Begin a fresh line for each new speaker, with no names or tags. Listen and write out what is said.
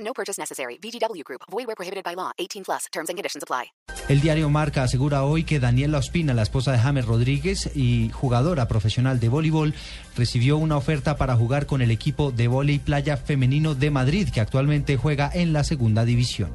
No purchase necessary. VGW Group. Void where prohibited by law. 18 plus. Terms and conditions apply.
El diario Marca asegura hoy que Daniela Ospina, la esposa de James Rodríguez y jugadora profesional de voleibol, recibió una oferta para jugar con el equipo de voleibol playa femenino de Madrid, que actualmente juega en la segunda división.